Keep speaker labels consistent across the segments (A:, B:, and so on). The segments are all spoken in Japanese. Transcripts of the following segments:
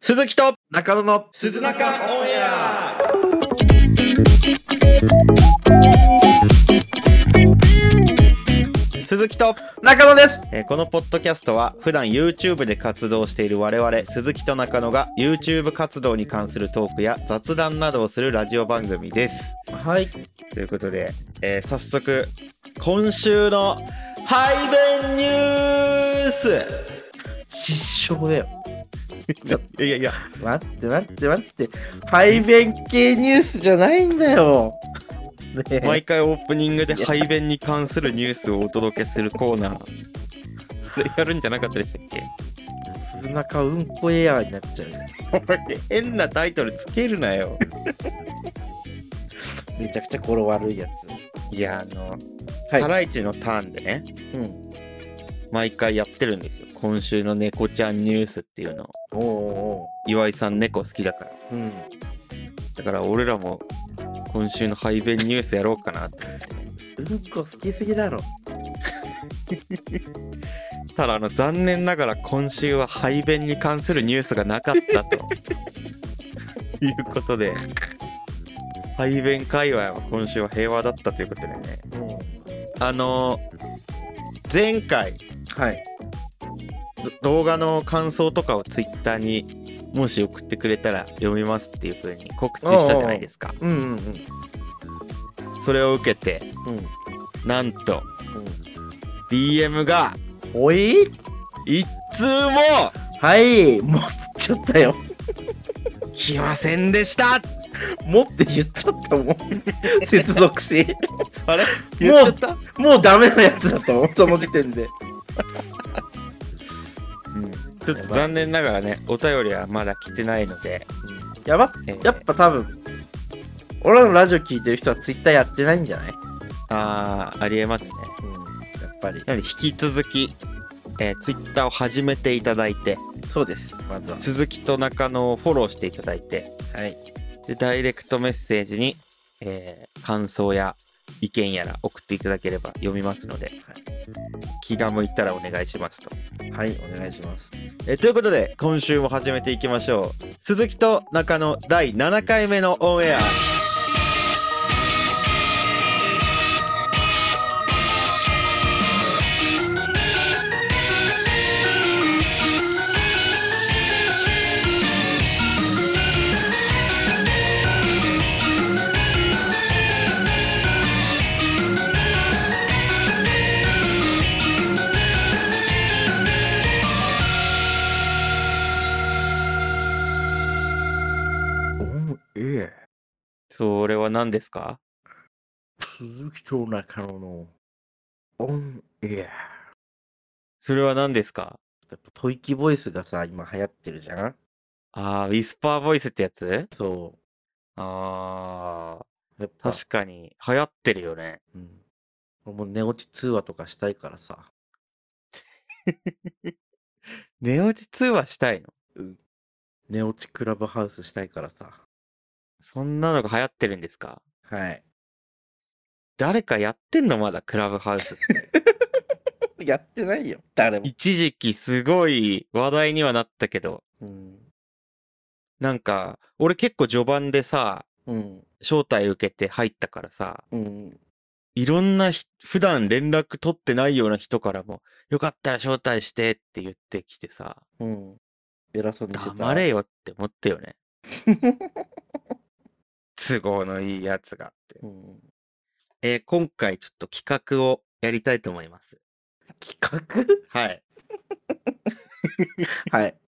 A: 鈴木と
B: 中野の
A: 鈴中オンエア鈴木と、
B: 中野です
A: えーこのポッドキャストは普段 YouTube で活動している我々鈴木と中野が YouTube 活動に関するトークや雑談などをするラジオ番組です。
B: はい
A: ということで、えー早速今週の排便ニュース
B: 失笑だよ
A: ちょいやいや
B: 待って待って待って排便系ニュースじゃないんだよねえ
A: 毎回オープニングで排便に関するニュースをお届けするコーナーこれやるんじゃなかったでしたっけ
B: 鈴中うんこエアーになっちゃうよ
A: 変なタイトルつけるなよ
B: めちゃくちゃ心悪いや
A: いやあの、
B: はい
A: ハライチのターンでね
B: つうん
A: 毎回やってるんですよ今週の猫ちゃんニュースっていうのを
B: おうお
A: 岩井さん猫好きだから
B: うおううん
A: だから俺らも今週の排便ニュースやろうかなって
B: うんこ好きすぎだろ
A: ただあの残念ながら今週は排便に関するニュースがなかったということで排便界隈は今週は平和だったということでね
B: うん
A: あの前回
B: はい
A: ど動画の感想とかをツイッターにもし送ってくれたら読みますっていう風に告知したじゃないですか
B: うんうんうん
A: それを受けて
B: うんうん
A: なんと DM が
B: おい
A: 一通も
B: はい持っちゃった よ
A: 来ませんでした
B: 持って言っちゃったもん接続し
A: あれ言っちゃった
B: もうダメなやつだと思うその時点で
A: ちょっと残念ながらね、お便りはまだ来てないので、
B: やば
A: えー
B: やっぱ多分俺らのラジオ聞いてる人はツイッターやってないんじゃない、
A: あーありえますね。
B: うん、やっぱり
A: なので、引き続き、えー、Twitter を始めていただいて、
B: そうですまずは
A: 鈴木と中野をフォローしていただいて、
B: はい
A: でダイレクトメッセージに、えー感想や意見やら送っていただければ読みますので、
B: はい
A: 気が向いたらお願いしますと。
B: はいお願いします
A: えーということで、今週も始めていきましょう。鈴木と中野第7回目のオンエア。
B: おんええ
A: それは何ですか
B: 鈴木と中野のオンエア
A: それは何ですか
B: やっぱ吐息ボイスがさ今流行ってるじゃん
A: ああ、ウィスパーボイスってやつ
B: そ
A: ああ、
B: うやっぱ
A: 確かに流行ってるよね。
B: うん、俺もう寝落ち通話とかしたいからさ
A: 寝落ち通話したいの
B: 寝落ちクラブハウスしたいからさ
A: そんなのが流行ってるんですか
B: はい
A: 誰かやってんのまだクラブハウスって。
B: やってないよ誰も、
A: 一時期すごい話題にはなったけど、
B: うん
A: なんか、俺結構序盤でさ、
B: うん
A: 招待受けて入ったからさ、
B: うん、
A: いろんなひ普段連絡取ってないような人からも、よかったら招待してって言ってきてさ、
B: うん。偉そうにしてた。
A: 黙れよって思ったよ ね。都合のいいやつがって。
B: うん
A: えー今回ちょっと企画をやりたいと思います。
B: 企
A: はい。
B: 画はい。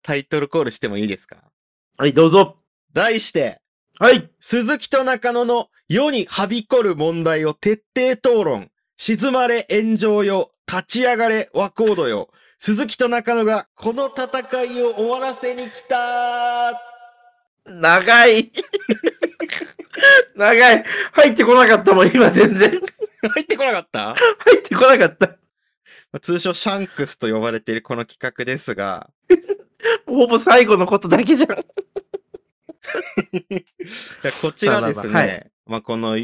A: タイトルコールしてもいいですか
B: はい、どうぞ
A: 題して、
B: はい
A: 鈴木と中野の世にはびこる問題を徹底討論。静まれ炎上よ、立ち上がれ和コードよ。鈴木と中野がこの戦いを終わらせに来た
B: 長い長い入ってこなかったもん、今全 然。
A: 入ってこなかった、ま
B: 入ってこなかった。
A: あ通称シャンクスと呼ばれているこの企画ですが、
B: ほぼ最後のことだけじゃん。
A: いやこちらですね、
B: まあまあまあはい
A: まあこの、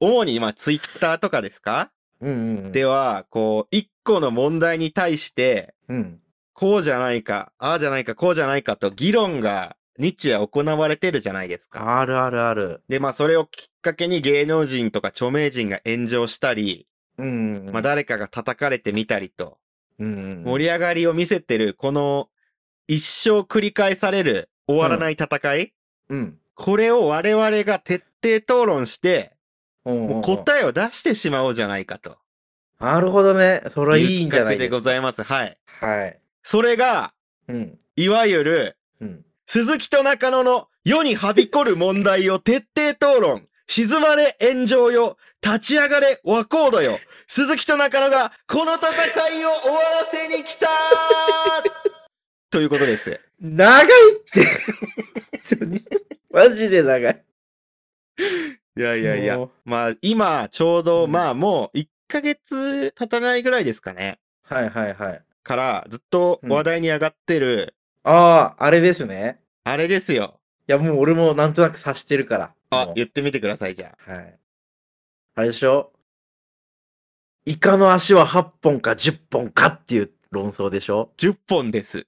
A: 主に今ツイッターとかですか
B: うんうん。
A: では、こう、一個の問題に対して、
B: うん。
A: こうじゃないか、ああじゃないか、こうじゃないかと議論が日夜行われてるじゃないですか。
B: あるあるある。
A: で、まあそれをきっかけに芸能人とか著名人が炎上したり、
B: うん。
A: まあ誰かが叩かれてみたりと、
B: うん。
A: 盛り上がりを見せてる、この一生繰り返される終わらない戦い、
B: うん。
A: これを我々が徹底討論して、も
B: も
A: う答えを出してしまおうじゃないかと。
B: なるほどね。それはいいんじゃない
A: いう企画でございます。はい。
B: はい。
A: それが、
B: うん。
A: いわゆる、
B: うん。
A: 鈴木と中野の世にはびこる問題を徹底討論。静まれ炎上よ。立ち上がれ和コードよ。鈴木と中野がこの戦いを終わらせに来たーということです。
B: 長いって。マジで長い。
A: いやい
B: い
A: やいや。
B: は
A: まあ今ちょうど、
B: うん
A: まあもう1ヶ月経たないぐらいですかね。
B: いはいはい。
A: からずっと話題に上がってる、
B: ああ、あれですね。
A: あれですよ。
B: いや、もう俺もなんとなく察してるから。
A: あ
B: も、う
A: 言ってみてくださいじゃ
B: はい。あれでしょイカの足は8本か10本かっていう論争でしょ
A: あ。10本です。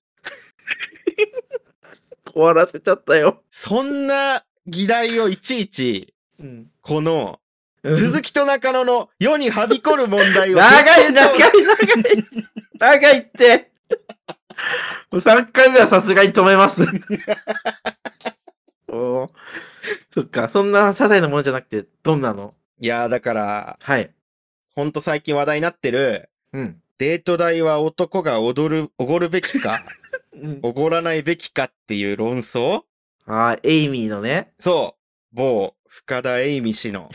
B: 終わらせちゃったよ。
A: そんな議題をいちいち、
B: うん。
A: この、
B: 続
A: 鈴木と中野の世にはびこる問題 を。
B: 長い長い長い長いってもう3回目はさすがに止め ます。おーそっか、そんな些細なものじゃなくて、どんなの
A: いやー、だから、
B: はい。
A: ほんと最近話題になってる、
B: うん。
A: デート代は男が踊る、おごるべき か、
B: うん、
A: おごらないべきかっていう論争
B: ああ、エイミーのね、
A: そう。某、深田栄美氏の、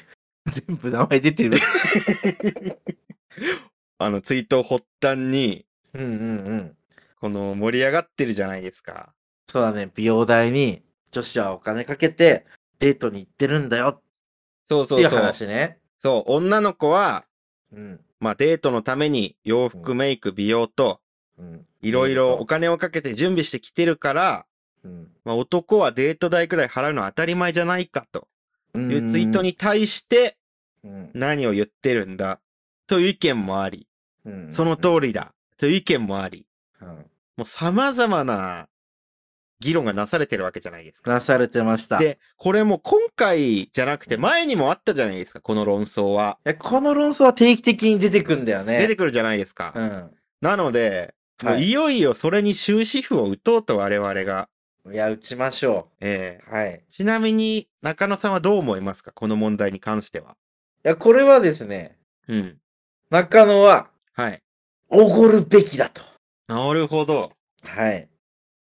B: 全部名前出てる。
A: あの、ツイートを発端に、
B: うんうんうん。
A: この、盛り上がってるじゃないですか。
B: そうだね、美容代に女子はお金かけてデートに行ってるんだよ
A: そう
B: っ
A: そ
B: て
A: う
B: いう
A: そう。
B: 話ね。
A: そう、女の子は、
B: うん。
A: まあ、デートのために洋服、メイク、美容と、
B: うん。
A: いろいろお金をかけて準備してきてるから、
B: うん。
A: まあ、男はデート代くらい払うのは当たり前じゃないかと
B: うん
A: いうツイート。に対して
B: うん。
A: 何を言ってるんだという意見もあり、
B: うん
A: その通りだという意見もあり、
B: うん
A: もう様々な議論がなされてるわけじゃないですか。
B: なされてました。い
A: で、これも今回じゃなくて前にもあったじゃないですか、この論争は。
B: やこの論争は定期的に出てくんだよね。
A: 出てくるじゃないですか。
B: うん。
A: なので、も
B: は
A: う
B: い
A: いよいよそれに終止符を打とうと我々が。
B: いや、打ちましょ
A: ええ
B: う。はい。い
A: ちなみに中野さんはどう思いますかこの問題に関しては。
B: や、これはですね、
A: うん。
B: 中野は、
A: はい。
B: おごるべきだと。
A: なるほど。
B: はい。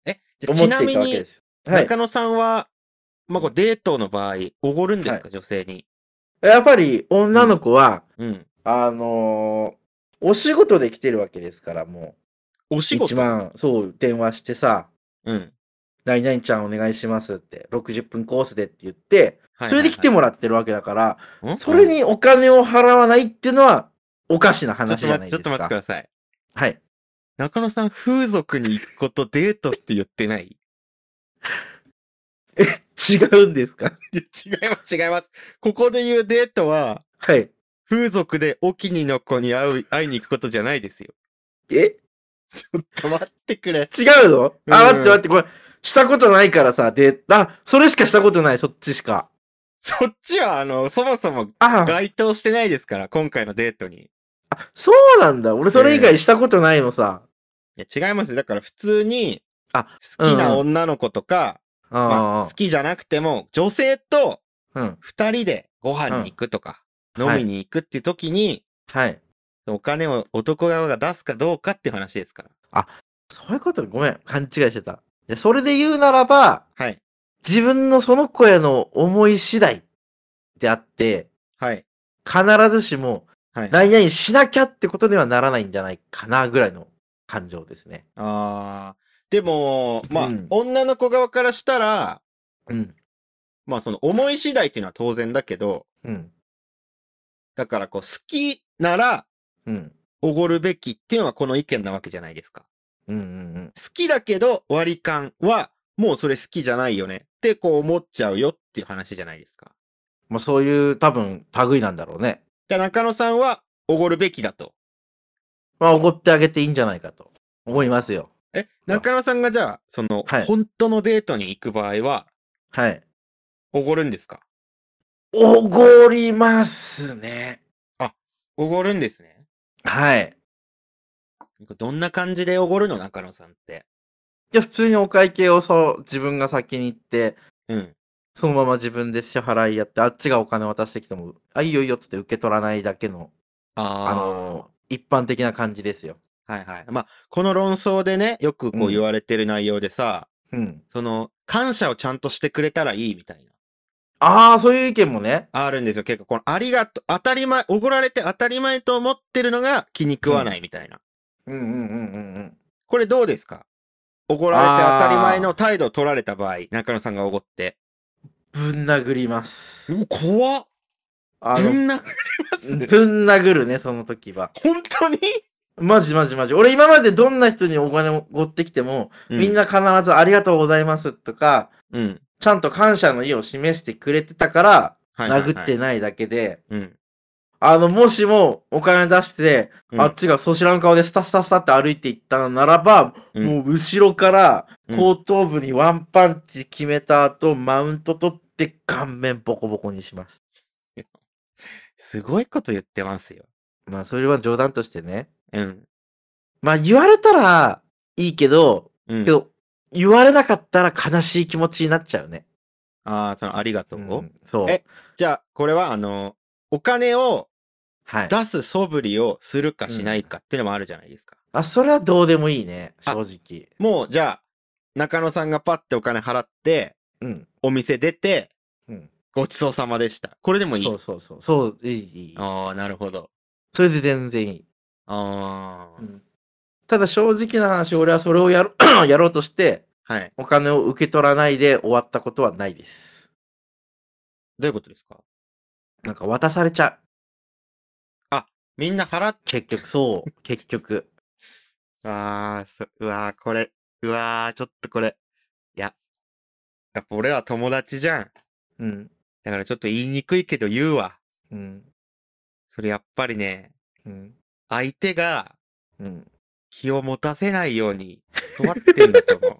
A: え、じゃあ
B: 思
A: ち
B: っ
A: な
B: てい
A: み
B: たわけ
A: に
B: で、すよ。はい
A: 中。野さんは、まあ、こうデートの場合、おごるんですか、
B: は
A: 女性に。
B: やっぱり、女の子は、
A: うん。
B: あのーお仕事で来てるわけですから、も
A: お
B: う。
A: 仕
B: 一
A: 事。
B: 番、そう、電話してさ、
A: うん。
B: 何々ちゃんお願いしますって、60分コースでって言って、
A: はい
B: それで来てもらってるわけだから、
A: はいはい
B: それ、にお金を払わないっていうのは、おかしな
A: うんちょっ
B: 話
A: と
B: じゃ
A: 待って、
B: ない
A: ち
B: で
A: ょっと
B: すか。
A: 待ってください。
B: はい。
A: 中野さん、風俗に行くことデートって言ってない
B: 違うんですか
A: いや違います、違います。ここで言うデートは、
B: はい。
A: 風俗でお気に入りの子に会う、会いに行くことじゃないですよ。
B: え
A: 止まってくれ。
B: 違うのあ、
A: うん
B: 待って待って、これ、したことないからさ、で、あ、それしかしたことない、そっちしか。
A: そっちは、あの、そもそも
B: あ、
A: 該当してないですから、今回のデートに。
B: そうなんだ。俺それ以外したことないのさ。
A: いや、違いますよだから普通に、
B: あ
A: 好きな
B: うん
A: 女の子とか、まあ、
B: あ
A: 好きじゃなくても、女性と
B: あ、うん。
A: 二人でご飯に行くとか、
B: うん
A: 飲みに行くっていう時に、
B: はい。
A: お金を男側が出すかどうかっていう話ですから。
B: そういうこと、ごめん、勘違いしてた。でそれで言うならば、
A: はい。
B: 自分のその子への思い次第であって、
A: はい。
B: 必ずしも、
A: はい。
B: 何々しなきゃってことにはならないんじゃないかな、ぐらいの感情ですね。
A: あーでも、まあ、
B: うん
A: 女の子側からしたら、
B: うん。
A: まあその思い次第っていうのは当然だけど、
B: うん。
A: だからこう好きなら
B: うん。
A: おごるべきっていうのはこの意見なわけじゃないですか。
B: うんうん
A: 好きだけど割り勘はもうそれ好きじゃないよねってこう思っちゃうよっていう話じゃないですか。
B: まあそういう多分類なんだろうね。
A: じゃあ中野さんはおごるべきだと。
B: まあおごってあげていいんじゃないかと思いますよ。
A: え、中野さんがじゃあ、その、
B: はい
A: 本当のデートに行く場合は、
B: はい。
A: おごるんですか
B: おごりますね。
A: おごるんですね。
B: はい。
A: どんな感じでおごるの中野さんって。
B: じゃ普通にお会計をそう、自分が先に行って、
A: うん。
B: そのまま自分で支払いやって、あっちがお金渡してきても、あ、いいよいいよっつって受け取らないだけの、
A: あ
B: あの、一般的な感じですよ。
A: はいはい。まあ、この論争でね、よくこ
B: う
A: うん言われてる内容でさ、
B: うん。
A: その、感謝をちゃんとしてくれたらいいみたいな。
B: ああ、そういう意見もね。
A: あるんですよ。結構、この、ありがとう、当たり前、おごられて当たり前と思ってるのが気に食わないみたいな。
B: うんうんうんうんうん。
A: これどうですかおごられて
B: あー
A: 当たり前の態度を取られた場合、中野さんがおごって。
B: ぶん殴ります。
A: う怖っ
B: あ
A: ぶ
B: の、
A: ん殴りますね。
B: ぶん殴るね、その時は。
A: 本当に
B: マジマジマジ。俺今までどんな人にお金を持ってきても、みん、な必ずありがとうございますとか、
A: うん。
B: ちゃんと感謝の意を示してくれてたから、
A: はいはいはい
B: 殴って。ないだけで、
A: うん。
B: あの、もしもお金出して、
A: うん
B: あっちがそしらん顔でスタスタスタって歩いていったならば、
A: うん
B: もう後ろから
A: うん
B: 後頭部にワンパンチ決めた後、マウント取って顔面ボコボコにします。
A: すごいこと言ってますよ。
B: まあ、それは冗談としてね。
A: うん。
B: まあ、言われたらいいけど、
A: うん、
B: けど、言われなかったら悲しい気持ちになっちゃうね。
A: ああ、その、ありがとう。
B: うんそう。
A: えじゃあ、これは、あの、お金を
B: はい。
A: 出す素振りをするかしないかっていうのもあるじゃないですか。
B: あ、それはどうでもいいね、
A: あ
B: 正直。
A: もう、じゃあ、中野さんがパッてお金払って、
B: うん。
A: お店出て、
B: うん。
A: ごちそうさまでした。これでもい
B: そう
A: い。
B: そうそう。そう、いい、いい。
A: ああ、なるほど。
B: それで全然いい。
A: ああ、
B: うんただ正直な話、俺はそれをやろ やろうとして、
A: はい。
B: お金を受け取らないで終わったことはないです。
A: どういうことですか
B: なんか渡されちゃう。
A: みんな払っ、
B: 結局、そう、結局。
A: ああ、そうわーこれ、うわーちょっとこれ、いや、やっぱ俺ら友達じゃん。
B: うん。
A: だからちょっと言いにくいけど言うわ。
B: うん。
A: それやっぱりね、
B: うん。
A: 相手が
B: うん。
A: 気を持たせないように止まってんだと思 う。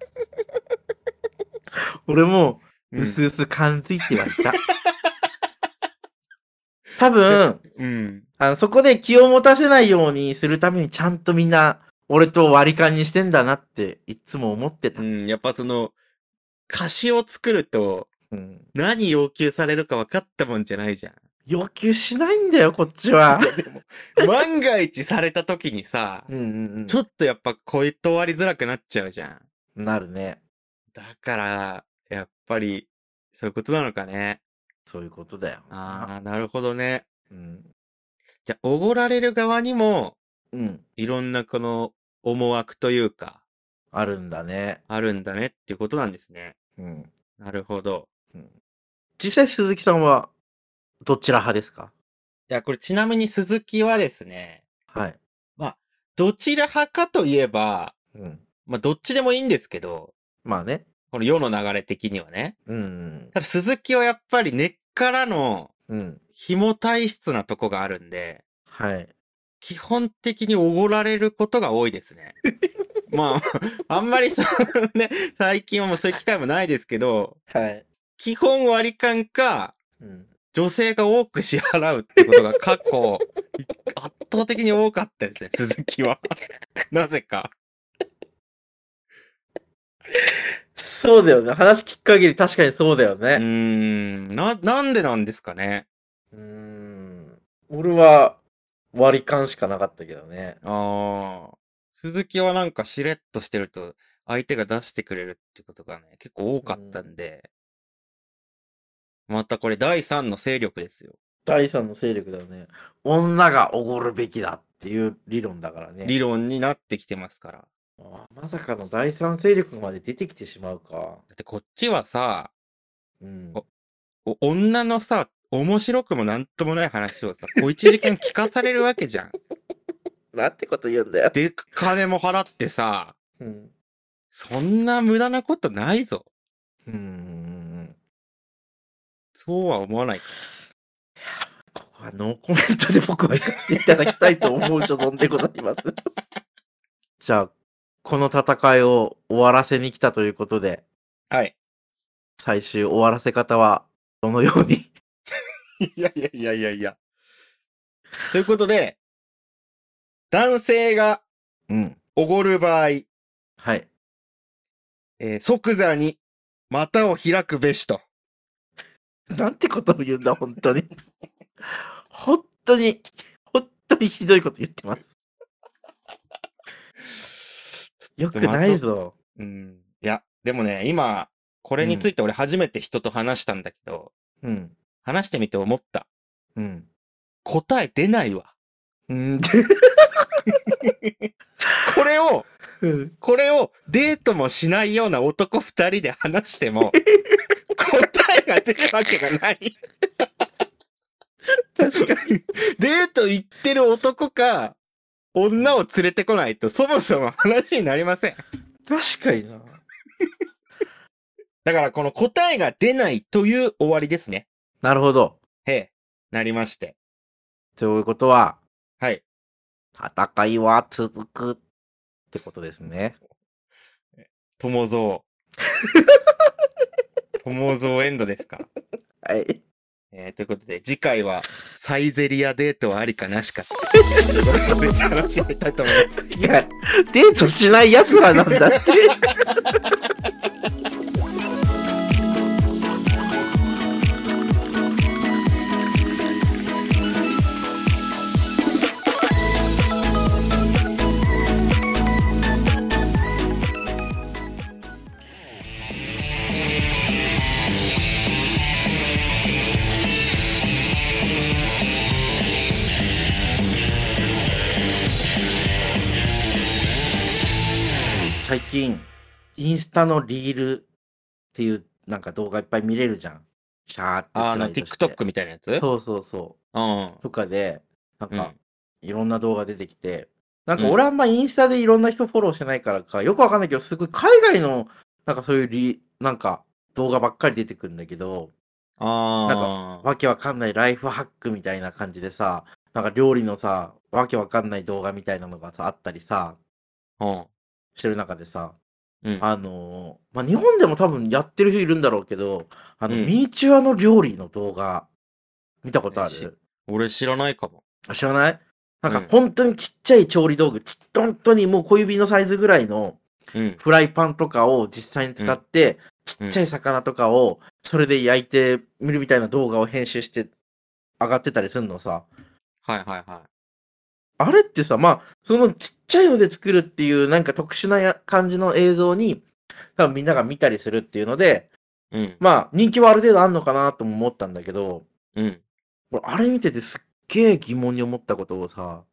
B: 俺も、
A: うん
B: うすうす感づいてはい た。多分、
A: うん。
B: あの、そこで気を持たせないようにするためにちゃんとみんな、俺と割り勘にしてんだなって、いつも思ってた
A: う。ん。やっぱその、貸しを作ると
B: うん。
A: 何要求されるか分かったもんじゃないじゃ ん。
B: 要求しないんだよ、こっち は。
A: 万が一された時にさ、
B: うんうんうん。
A: ちょっとやっぱ断りづらくなっちゃうじゃん。
B: なるね。
A: だから、やっぱり、そういうことなのかね。
B: そういうことだよ。
A: ああ、なるほどね。
B: うん。
A: じゃあ、おごられる側にも、
B: うん。
A: いろんなこの思惑というか、
B: あるんだね。
A: あるんだねっていうことなんですね。
B: うん。
A: なるほど。
B: 実際、鈴木さんは、どちら派ですか
A: いや、これちなみに鈴木はですね、
B: はい。
A: どちら派かといえば、
B: うん。
A: まあ、どっちでもいいんですけど、
B: まあね。
A: この世の流れ的にはね。
B: うん
A: ただ鈴木はやっぱり根っからの
B: うん。うん。
A: 紐体質なとこがあるんで、
B: はい。
A: 基本的におごられることが多いですね。まあ、あんまりそのね、最近はもうそういう機会もないですけど、
B: はい。
A: 基本割り勘か、
B: うん。
A: 女性が多く支払うってことが過去、圧倒的に多かったですね、鈴木は。なぜか。
B: そうだよね。話聞く限り確かにそうだよ
A: うー
B: ね。
A: ん、な、なんでなんですかね。
B: うーん。俺は、割り勘しかなかったけどね。
A: ああ。鈴木はなんかしれっとしてると、相手が出してくれるってことがね、結構多かったんで。またこれ第三の勢力ですよ。
B: 第三の勢力だよね。女がおごるべきだっていう理論だからね。
A: 理論になってきてますから。
B: あまさかの第三勢力まで出てきてしまうか。
A: だってこっちはさ、
B: うん。
A: おお女のさ、面白くもなんともない話をさ、小一時間聞かされるわけじゃ ん。
B: なんてこと言うんだよ。
A: で、金も払ってさ、
B: うん。
A: そんな無駄なことないぞ。
B: うんうんうん。
A: そうは思わないか。
B: ここはノーコメン トで僕は行かせていただきたいと思う所存でございます。じゃあ、この戦いを終わらせに来たということで、
A: はい。
B: 最終終わらせ方は、どのよう に
A: いやいやいやいやいや。ということで、男性が
B: うん。
A: おごる場合、え
B: はい。
A: ー即座に股を開くべしと。
B: なんてことを言うんだ、本当に。本当に、本当にひどいこと言ってます。よくないぞ。
A: うん。いや、でもね、今、これについて俺初めて人と話したんだけど、
B: うん。
A: 話してみて思った。
B: うん。
A: 答え出ないわ。
B: うん。
A: これを、これをデートもしないような男二人で話して も、答えが出るわけがない。
B: 確か
A: デート行ってる男か、女を連れてこないと、そもそも話になりません。
B: 確かにな。
A: だからこの答えが出ないという終わりですね。
B: なるほど。
A: へえ、なりまして。
B: ということは、
A: はい。
B: 戦いは続くってことですね。
A: 友 蔵。友蔵エンドですか。
B: はい。
A: えーということで、次回はサイゼリアデートはありかな しか。ということで楽しみたいと思います。
B: いや、デートしない奴らなんだって。 最近、インスタのリールっていうなんか動画いっぱい見れるじゃん。シャーって
A: あーあ
B: スラ
A: の、
B: イドして
A: TikTok みたいなやつ
B: そうそうそうう。とかで、なん
A: ん。う
B: か
A: ん、
B: いろんな動画出てきて、なんか
A: うん
B: 俺あんまインスタでいろんな人フォローしてないからか、よくわかんないけど、すごい海外のなんかそういうリ、なんか動画ばっかり出てくるんだけど、
A: ああ。
B: わけわかんないライフハックみたいな感じでさ、なんか料理のさ、わけわかんない動画みたいなのがさ、あったりさ、
A: うん
B: してる中でさ、
A: うん
B: あのーまあ、日本でも多分やってる人いるんだろうけど、あの、
A: うん
B: ミーチュアの料理の動画、見たことあ
A: えし
B: る
A: 俺知らないかも。
B: あ知らないなんか
A: うん
B: 本当にちっちゃい調理道具、ち本当にもう小指のサイズぐらいの
A: うん。
B: フライパンとかを実際に使って、
A: うん
B: ちっちゃい魚とかをそれで焼いてみるみたいな動画を編集して上がってたりするのさ。
A: はいはいは
B: あれってさ、まあ、そのちっちゃいので作るっていうなんか特殊なや感じの映像に、多分みんなが見たりするっていうので、
A: い。うん。
B: まあ、人気はある程度あんのかなとも思ったんだけど、
A: うん。
B: 俺、あれ見ててすっげえ疑問に思ったことをさ、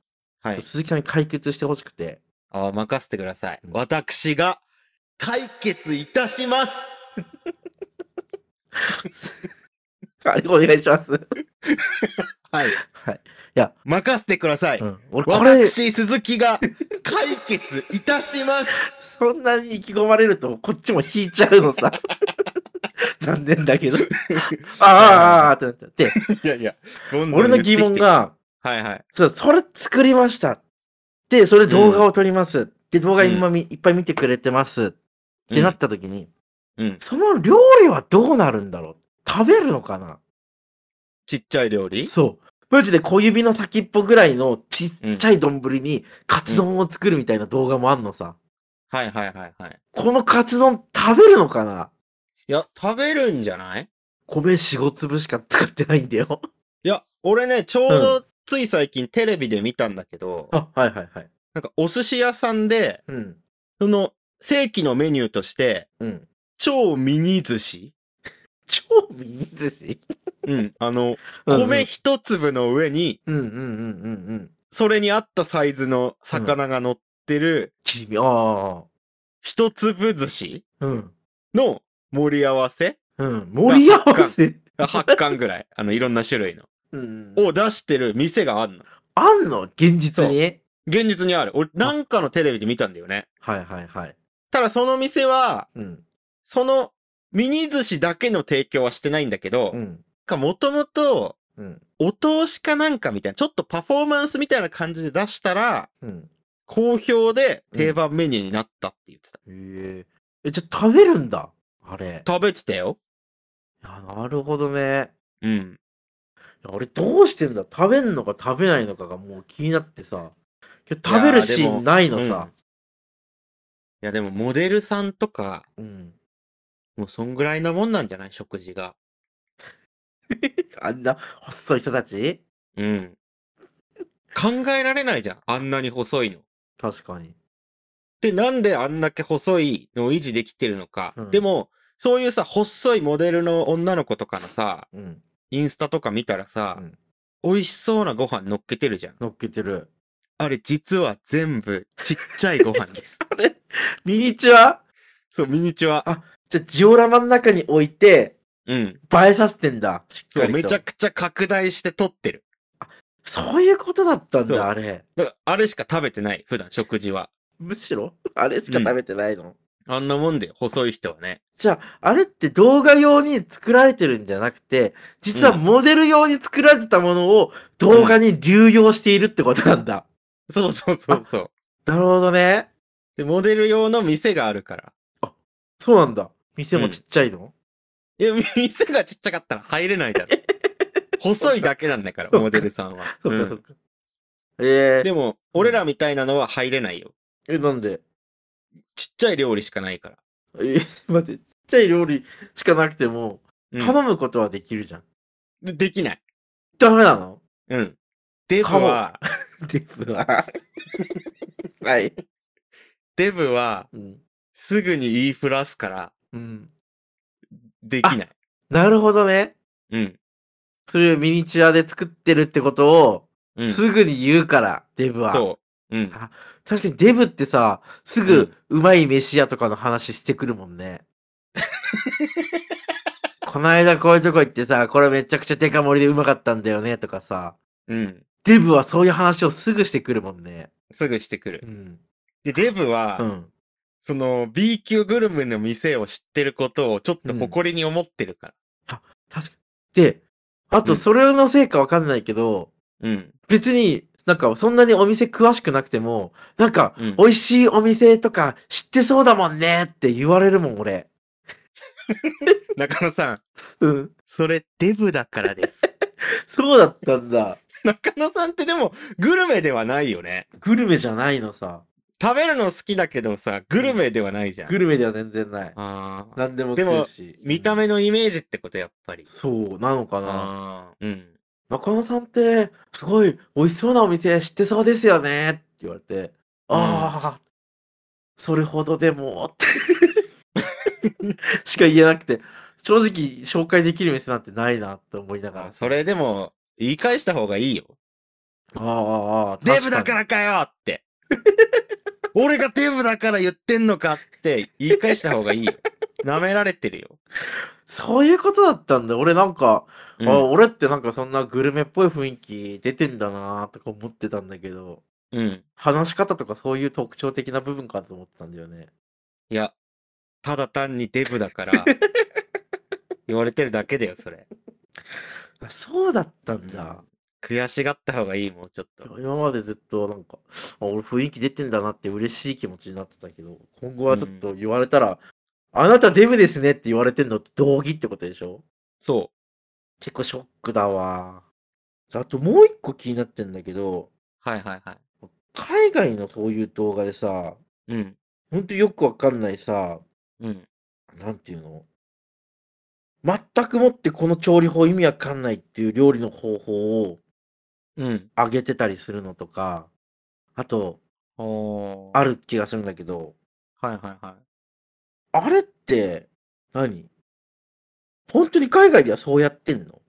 A: はい。
B: 鈴木さんに解決してほしくて。
A: ああ、任せてください。
B: うん
A: 私が解決いたします
B: はい、お願いします。
A: はい。
B: はい。いや、
A: 任せてください。
B: うん、俺、これ、
A: 私、鈴木が解決いたします
B: そんなに意気込まれると、こっちも引いちゃうのさ。残念だけど。ああ、ああ、ってなっちゃって。
A: いやいや、どんどん
B: 俺の
A: 言ってき
B: 疑
A: て
B: 問。が、
A: はいはい。
B: そうそれ作りました。で、それ動画を撮ります。で、動画今み、いっぱい見てくれてます。ってなった時に、
A: うん。
B: その料理はどうなるんだろう食べるのかな
A: ちっちゃい料理
B: そう。マジで小指の先っぽぐらいのちっちゃい丼にカツ丼を作るみたいな動画もあんのさ。
A: はいはいはいはい。
B: このカツ丼食べるのかない
A: や、食べるんじゃない
B: 米4、5粒しか使ってないんだよ。
A: いや、俺ね、ちょうどつい最近テレビで見たんだけど、
B: あ、 はいはいはい。
A: なんかお寿司屋さんで、
B: うん。
A: その正規のメニューとして、
B: うん。
A: 超ミニ寿司
B: 超ミニ寿司
A: うん。あの、
B: うんうん
A: 米一粒の上に、
B: うんうんうんうんうん。
A: それに合ったサイズの魚が乗ってる、
B: 君あ
A: 一粒寿司
B: あ。うん。
A: の盛り合わ せ
B: うん。盛り合わせ。
A: 8巻ぐらい。あの、いろんな種類の。
B: うん
A: を出してる店があるの。
B: あんの現実に
A: 現実にある。俺、なんかのテレビで見たんだよね。
B: はいはいはい。
A: ただその店は、
B: うん。
A: その、ミニ寿司だけの提供はしてないんだけど、
B: うん。
A: か、もともと、
B: うん。
A: お通しかなんかみたいな、ちょっとパフォーマンスみたいな感じで出したら、
B: うん。
A: 好評で定番メニューになったって言ってた。
B: え。え、じゃあ食べるんだ。あれ。
A: 食べてたよ。
B: あなるほどね。
A: うん。
B: いや俺どうしてんだ食べんのか食べないのかがもう気になってさ。けど食べるシ
A: いやで
B: ー
A: も
B: ンないの
A: うんい
B: さ。
A: やでもモデルさんとか、
B: うん。
A: もうそんぐらいなもんなんじゃない食事が。
B: あんな細い人たち
A: うん。考えられないじゃん。あんなに細いの。
B: 確かに。
A: で、なんであんだけ細いのを維持できてるのか。
B: うん
A: でも、そういうさ、細いモデルの女の子とかのさ、
B: うん。
A: インスタとか見たらさ、
B: うん
A: 美味しそうなご飯乗っけてるじゃん。
B: 乗っけてる。
A: あれ、実は全部ちっちゃいご飯 です。
B: ミニチュア
A: そう、ミニチュア。
B: じゃあジオラマの中に置いて
A: うん。
B: 映えさせてんだ。しっ
A: そ
B: か
A: う、
B: りと。
A: めちゃくちゃ拡大して撮ってる。
B: そういうことだったん
A: そう
B: だ、あれ。
A: だから、あれしか食べてない、普段食事は。
B: むしろあれしか食べてないの、
A: あんなもんで、細い人はね。
B: じゃあ、あれって動画用に作られてるんじゃなくて、実は
A: うん
B: モデル用に作られてたものを動画に流用しているってことなんだ。
A: そうそうそうそう。
B: なるほどね。
A: で、モデル用の店があるから。
B: そうなんだ。店もちっちゃいの、
A: いや、店がちっちゃかったら入れ ないだろ。細いだけなんだから、
B: そうか
A: モデルさんは。
B: そっ
A: う
B: かそっ
A: ん
B: か。えー、
A: でも、俺らみたいなのは入れないよ。
B: え、なんで
A: ちっちゃい料理しかないから。
B: え ー待って、ちっちゃい料理しかなくても、
A: うん
B: 頼むことはできるじゃん。
A: でできない。
B: ダメなの
A: うん。デブは、
B: デ ブは。はい。
A: デブは、
B: うん。
A: すぐに言いふらすから、
B: うん。
A: できない。
B: なるほどね。
A: うん。
B: そういうミニチュアで作ってるってことを、
A: うん。
B: すぐに言うから、デブは。
A: そう。うん。
B: 確かにデブってさ、すぐうまい飯屋とかの話してくるもんね。 こないだこういうとこ行ってさ、これめちゃくちゃデカ盛りでうまかったんだよねとかさ、
A: うん。
B: デブはそういう話をすぐしてくるもんね。
A: すぐしてくる
B: う。ん。
A: で、デブは、
B: うん。
A: その B 級グルメの店を知ってることをちょっと誇りに思ってるから。
B: 確かに。で、あ
A: う
B: と
A: ん
B: それのせいかわかんないけど、
A: うん。
B: 別になんかそんなにお店詳しくなくても、なんか
A: うん
B: 美味しいお店とか知ってそうだもんねって言われるもん俺。
A: 中野さん、
B: うん。
A: それデブだからです。
B: そうだったんだ。
A: 中野さんってでもグルメではないよね。
B: グルメじゃないのさ。
A: 食べるの好きだけどさ、グルメではないじゃん。
B: グルメでは全然ない。
A: ああ。
B: 何でも食うし。
A: 見た
B: うん
A: 目のイメージってことやっぱり。
B: そう、なのかな。
A: ああ。うん。
B: 中野さんって、すごい美味しそうなお店知ってそうですよねって言われて、ああ、それほどでもってしか言えなくて、正直紹介できる店なんてないなって思いなが
A: あ
B: ら。
A: それでも、言い返した方がいいよ。
B: ああ、ああ、
A: デブだかららかよって。俺がデブだから言ってんのかって言い返した方がいいよ。舐められてるよ。
B: そういうことだったんだ。俺なんか、
A: うん
B: あ俺ってなんかそんなグルメっぽい雰囲気出てんだなとか思ってたんだけど。
A: うん。
B: 話し方とかそういう特徴的な部分かと思ってたんだよね。
A: いや、ただ単にデブだ から、言われてるだけだよ、それ。
B: あそうだったん
A: う
B: だ
A: ん。悔しがった方がいい、もうちょっと。
B: 今までずっとなんか、あ俺雰囲気出てんだなって嬉しい気持ちになってたけど、今後はちょっと言われたら、あなたデブですねって言われてんのと同義ってことでしょ
A: そ
B: 結構ショックだわ。あともう一個気になってんだけど、
A: う。はいはいは
B: 海外のそういう動画でさ、
A: い。うん。
B: ほんとよくわかんないさ、
A: うん。
B: なんていうの全くもってこの調理法意味わかんないっていう料理の方法を
A: うん。
B: 上げてたりするのとか、あと、
A: お
B: あ
A: る。
B: る気がするんだけど、
A: はいはいはい。
B: あれって何、本当に海外ではそうやってんの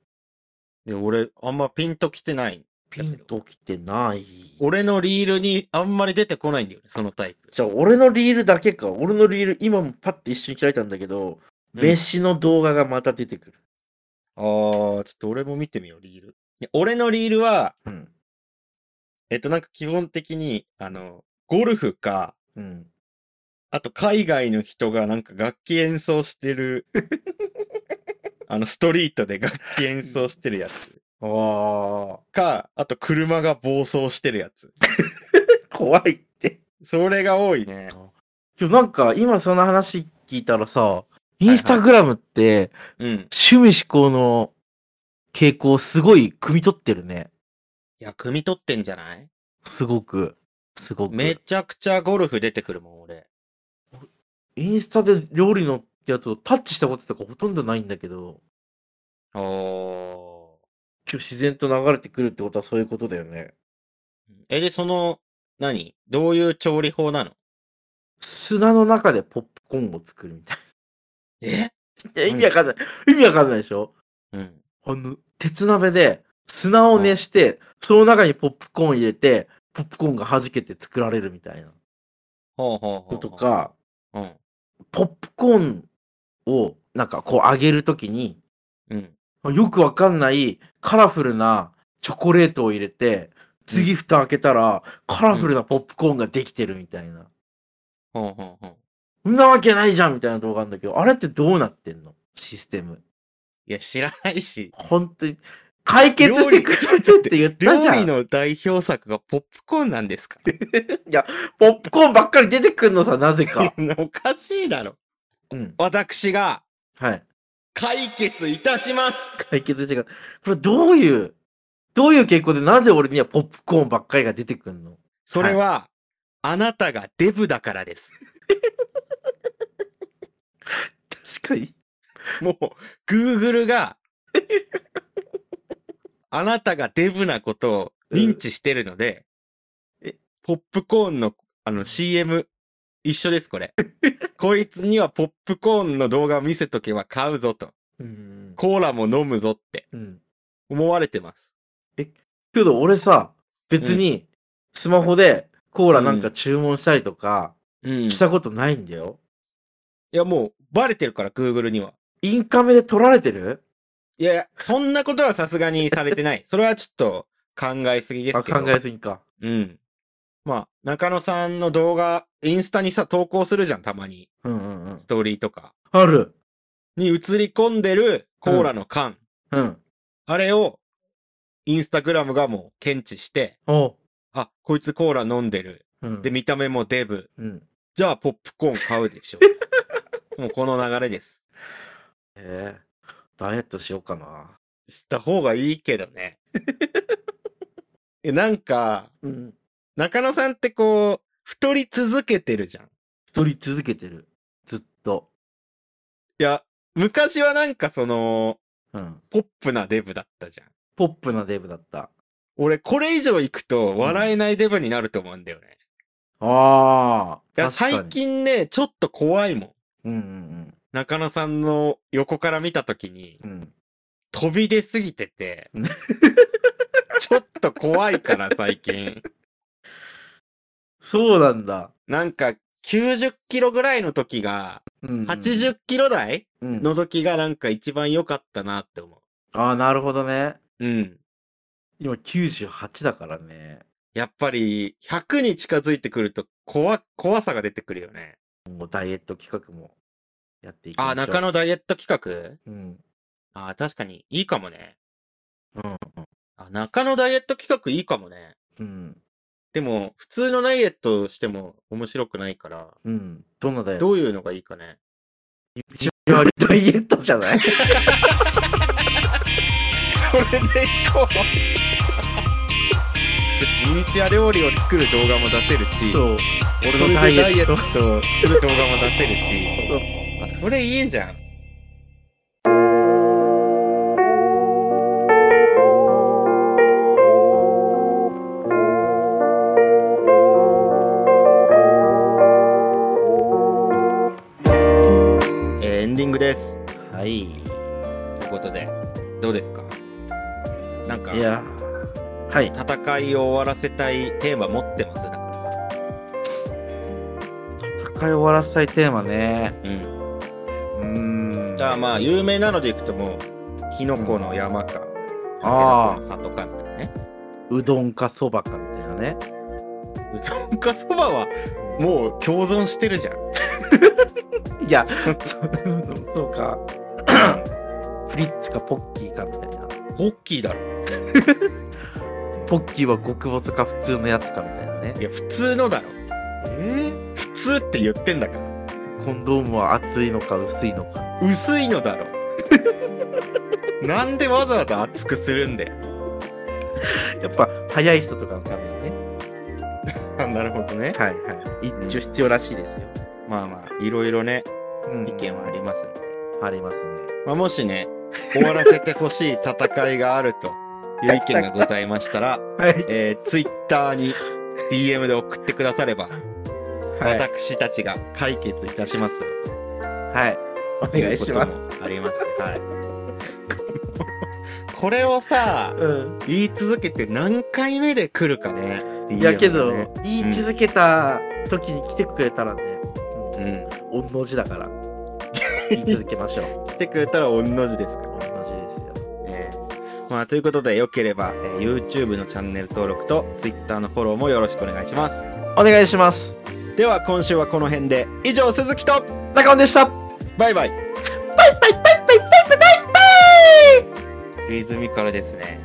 A: で、俺、あんまピンときてない。
B: ピンときてない。
A: 俺のリールにあんまり出てこないんだよね、そのタイプ。
B: じゃあ、俺のリールだけか。俺のリール、今もパッと一瞬開いたんだけど、
A: うん
B: 飯の動画がまた出てくる。
A: あー、ちょっと俺も見てみよう、リール。いや俺のリールは、
B: うん。
A: えっと、なんか基本的に、あの、ゴルフか、
B: うん。
A: あと海外の人がなんか楽器演奏して る、あの、ストリートで楽器演奏してるやつ
B: ああ。
A: か、あと車が暴走してるやつ。
B: 怖いって。
A: それが多いね。
B: 今日なんか、今その話聞いたらさ、インスタグラムって、
A: うん。
B: 趣味思考の傾向をすごい汲み取ってるね。
A: いや、汲み取ってんじゃない
B: すごく。すごく。
A: めちゃくちゃゴルフ出てくるもん、俺。
B: インスタで料理のやつをタッチしたこととかほとんどないんだけど、
A: お
B: 今日自然と流れてくるってことはそういうことだよね。
A: ー。え、で、その、何どういう調理法なの
B: 砂の中でポップコーンを作るみたい
A: え
B: な。いや意味わかんない。意味わかんないでしょ
A: うん。
B: あの、鉄鍋で砂を熱して、その中にポップコーン入れて、ポップコーンが弾けて作られるみたいな
A: ほうほうほうほ
B: こ
A: う。
B: と。か、
A: うん。
B: ポップコーンをなんかこう揚げるときに、
A: うん。
B: よくわかんないカラフルなチョコレートを入れて、次蓋開けたらカラフルなポップコーンができてるみたいな。
A: ほうほうほう。
B: そんなわけないじゃんみたいな動画なんだけど、あれってどうなってんのシステム。
A: いや、知らないし。
B: 本当に。解決してくれるって言った
A: 料
B: じゃ
A: 理
B: ん。
A: の代表作がポップコーンなんですか
B: ポップコーンばっかり出てくんのさ、な ぜか。
A: おかしいだろ。
B: うん。
A: 私が
B: はい。
A: 解決いたします
B: 解決してくれこれどういう、どういう傾向でなぜ俺にはポップコーンばっかりが出てくんの
A: それは、あなたがデブだからです。
B: 確かに。
A: もう、Google が、あなたがデブなことを認知してるので、
B: うんえ
A: ポップコーンの、あの、CM、一緒です、これ。こいつにはポップコーンの動画を見せとけば買うぞと。
B: うん。
A: コーラも飲むぞって
B: うん。
A: 思われてます。
B: けど俺さ、別にスマホでコーラなんか注文したりとか
A: うん。い
B: したことないんだよ。
A: や、もう、バレてるから、Google には。
B: インカメで撮られてる
A: いやいや、そんなことはさすがにされてない。それはちょっと考えすぎです
B: あ
A: けど。
B: 考えすぎか。
A: うん。まあ、中野さんの動画、インスタにさ、投稿するじゃん、たまに。
B: うんうんうん
A: ス。トーリーとか。
B: ある。
A: に映り込んでるコーラの缶。
B: うん。
A: あれを、インスタグラムがもう検知して、
B: お
A: あ、こいつコーラ飲んでる。
B: うん。
A: で、見た目もデブ。
B: うん。
A: じゃあ、ポップコーン買うで しょ。もうこの流れです。
B: えーダイエットしようかな。
A: した方がいいけどね。え、なんか、
B: うん。
A: 中野さんってこう、太り続けてるじゃん。い
B: 太り続けてる。ずっと。
A: や、昔はなんかその、
B: うん。
A: ポップなデブだったじゃん。
B: ポップなデブだった。
A: 俺、これ以上行くと笑えないデブになると思うんだよね。
B: ああ。
A: いや、
B: 確かに
A: 最。近ね、ちょっと怖いもん。
B: うんうん
A: 中野さんの横から見たときに
B: う、ん。うん。
A: 飛び出すぎて て
B: うん、
A: ちょっと怖いから最近。
B: そうなんだ。
A: なんか、90キロぐらいの時が、
B: うん、うん。
A: 80キロ台
B: うん
A: の時がなんか一番良かったなって思
B: ああ、なるほどね。
A: う。うん。
B: 今98だからね。
A: やっぱり、100に近づいてくると、怖、怖さが出てくるよね。
B: 今後ダイエット企画もやっていきましょう。
A: あー、中野ダイエット企
B: うん。
A: 画あー、確かに、いいかもね。
B: うん。
A: あ、中野ダイエット企画いいかもね。
B: うん。
A: でも、普通のダイエットしても面白くないから、
B: うん。どんなダイエット
A: どういうのがいいかね。
B: 一応ダイエットじゃな い
A: それでいこう ミニチュア料理を作る動画も出せるし、
B: そう。
A: 俺
B: 俺
A: の
B: の
A: ダ
B: ダ
A: イ
B: イ
A: エ
B: エ
A: ット
B: ット。
A: する動画も出せるし、
B: そう
A: あ、それいいじゃん。えーエンディングです。
B: はい。い
A: ということで、どうですかなんか、
B: やー。はい。
A: 戦いを終わらせたいテーマ持ってますだからさ。
B: 戦い終わらせたいテーマね。
A: うん。
B: うーん。
A: じゃあまあ、有名なのでいくともう、キノコの山か、
B: あー
A: タケノコの里かみたいなね。
B: うどんかそばかみたいなね。
A: うどんかそばは、もう共存してるじゃん。
B: いや、 そそうか。 フリッツかポッキーかみたいな。
A: ポッキーだろ。
B: ポッキーは極細か普通のやつかみたいなね
A: いや、普通のだろ。
B: え
A: 普通って言ってんだから。
B: コンドームは厚いのか薄いのか
A: 薄いのだろ。 なんでわざわざ厚くするんだよ。
B: やっぱ早い人とかのためにね
A: あなるほどね。
B: はいはい一応必要らしいですよ、
A: まあまあ、いろいろね、
B: うん
A: 意見はありますので。
B: ありますね
A: まあ、もしね、終わらせてほしい戦いがあるという意見がございましたら、
B: はい
A: えー、Twitter に DM で送ってくだされば、
B: はい、
A: 私たちが解決いたします。
B: はい、お願いしま
A: とうこと
B: す
A: もあります。はい。これをさ、
B: うん、
A: 言い続けて何回目で来るかね。
B: いやけど、
A: DM がね
B: 言い続けた時に来てくれたらね、もう
A: うん。
B: 御の字だ から言い続けましょう
A: 来てくれたら同じですから。
B: 御の字ですよ
A: えーまあ、ということで、よければ、えー YouTube のチャンネル登録と Twitter のフォローもよろしくお願いします。
B: お願いします
A: では、今週はこの辺で、以上、鈴木と、
B: 中尾でした
A: バイバイ。バイバイバイバイバイバイバイバイリズミカルですね。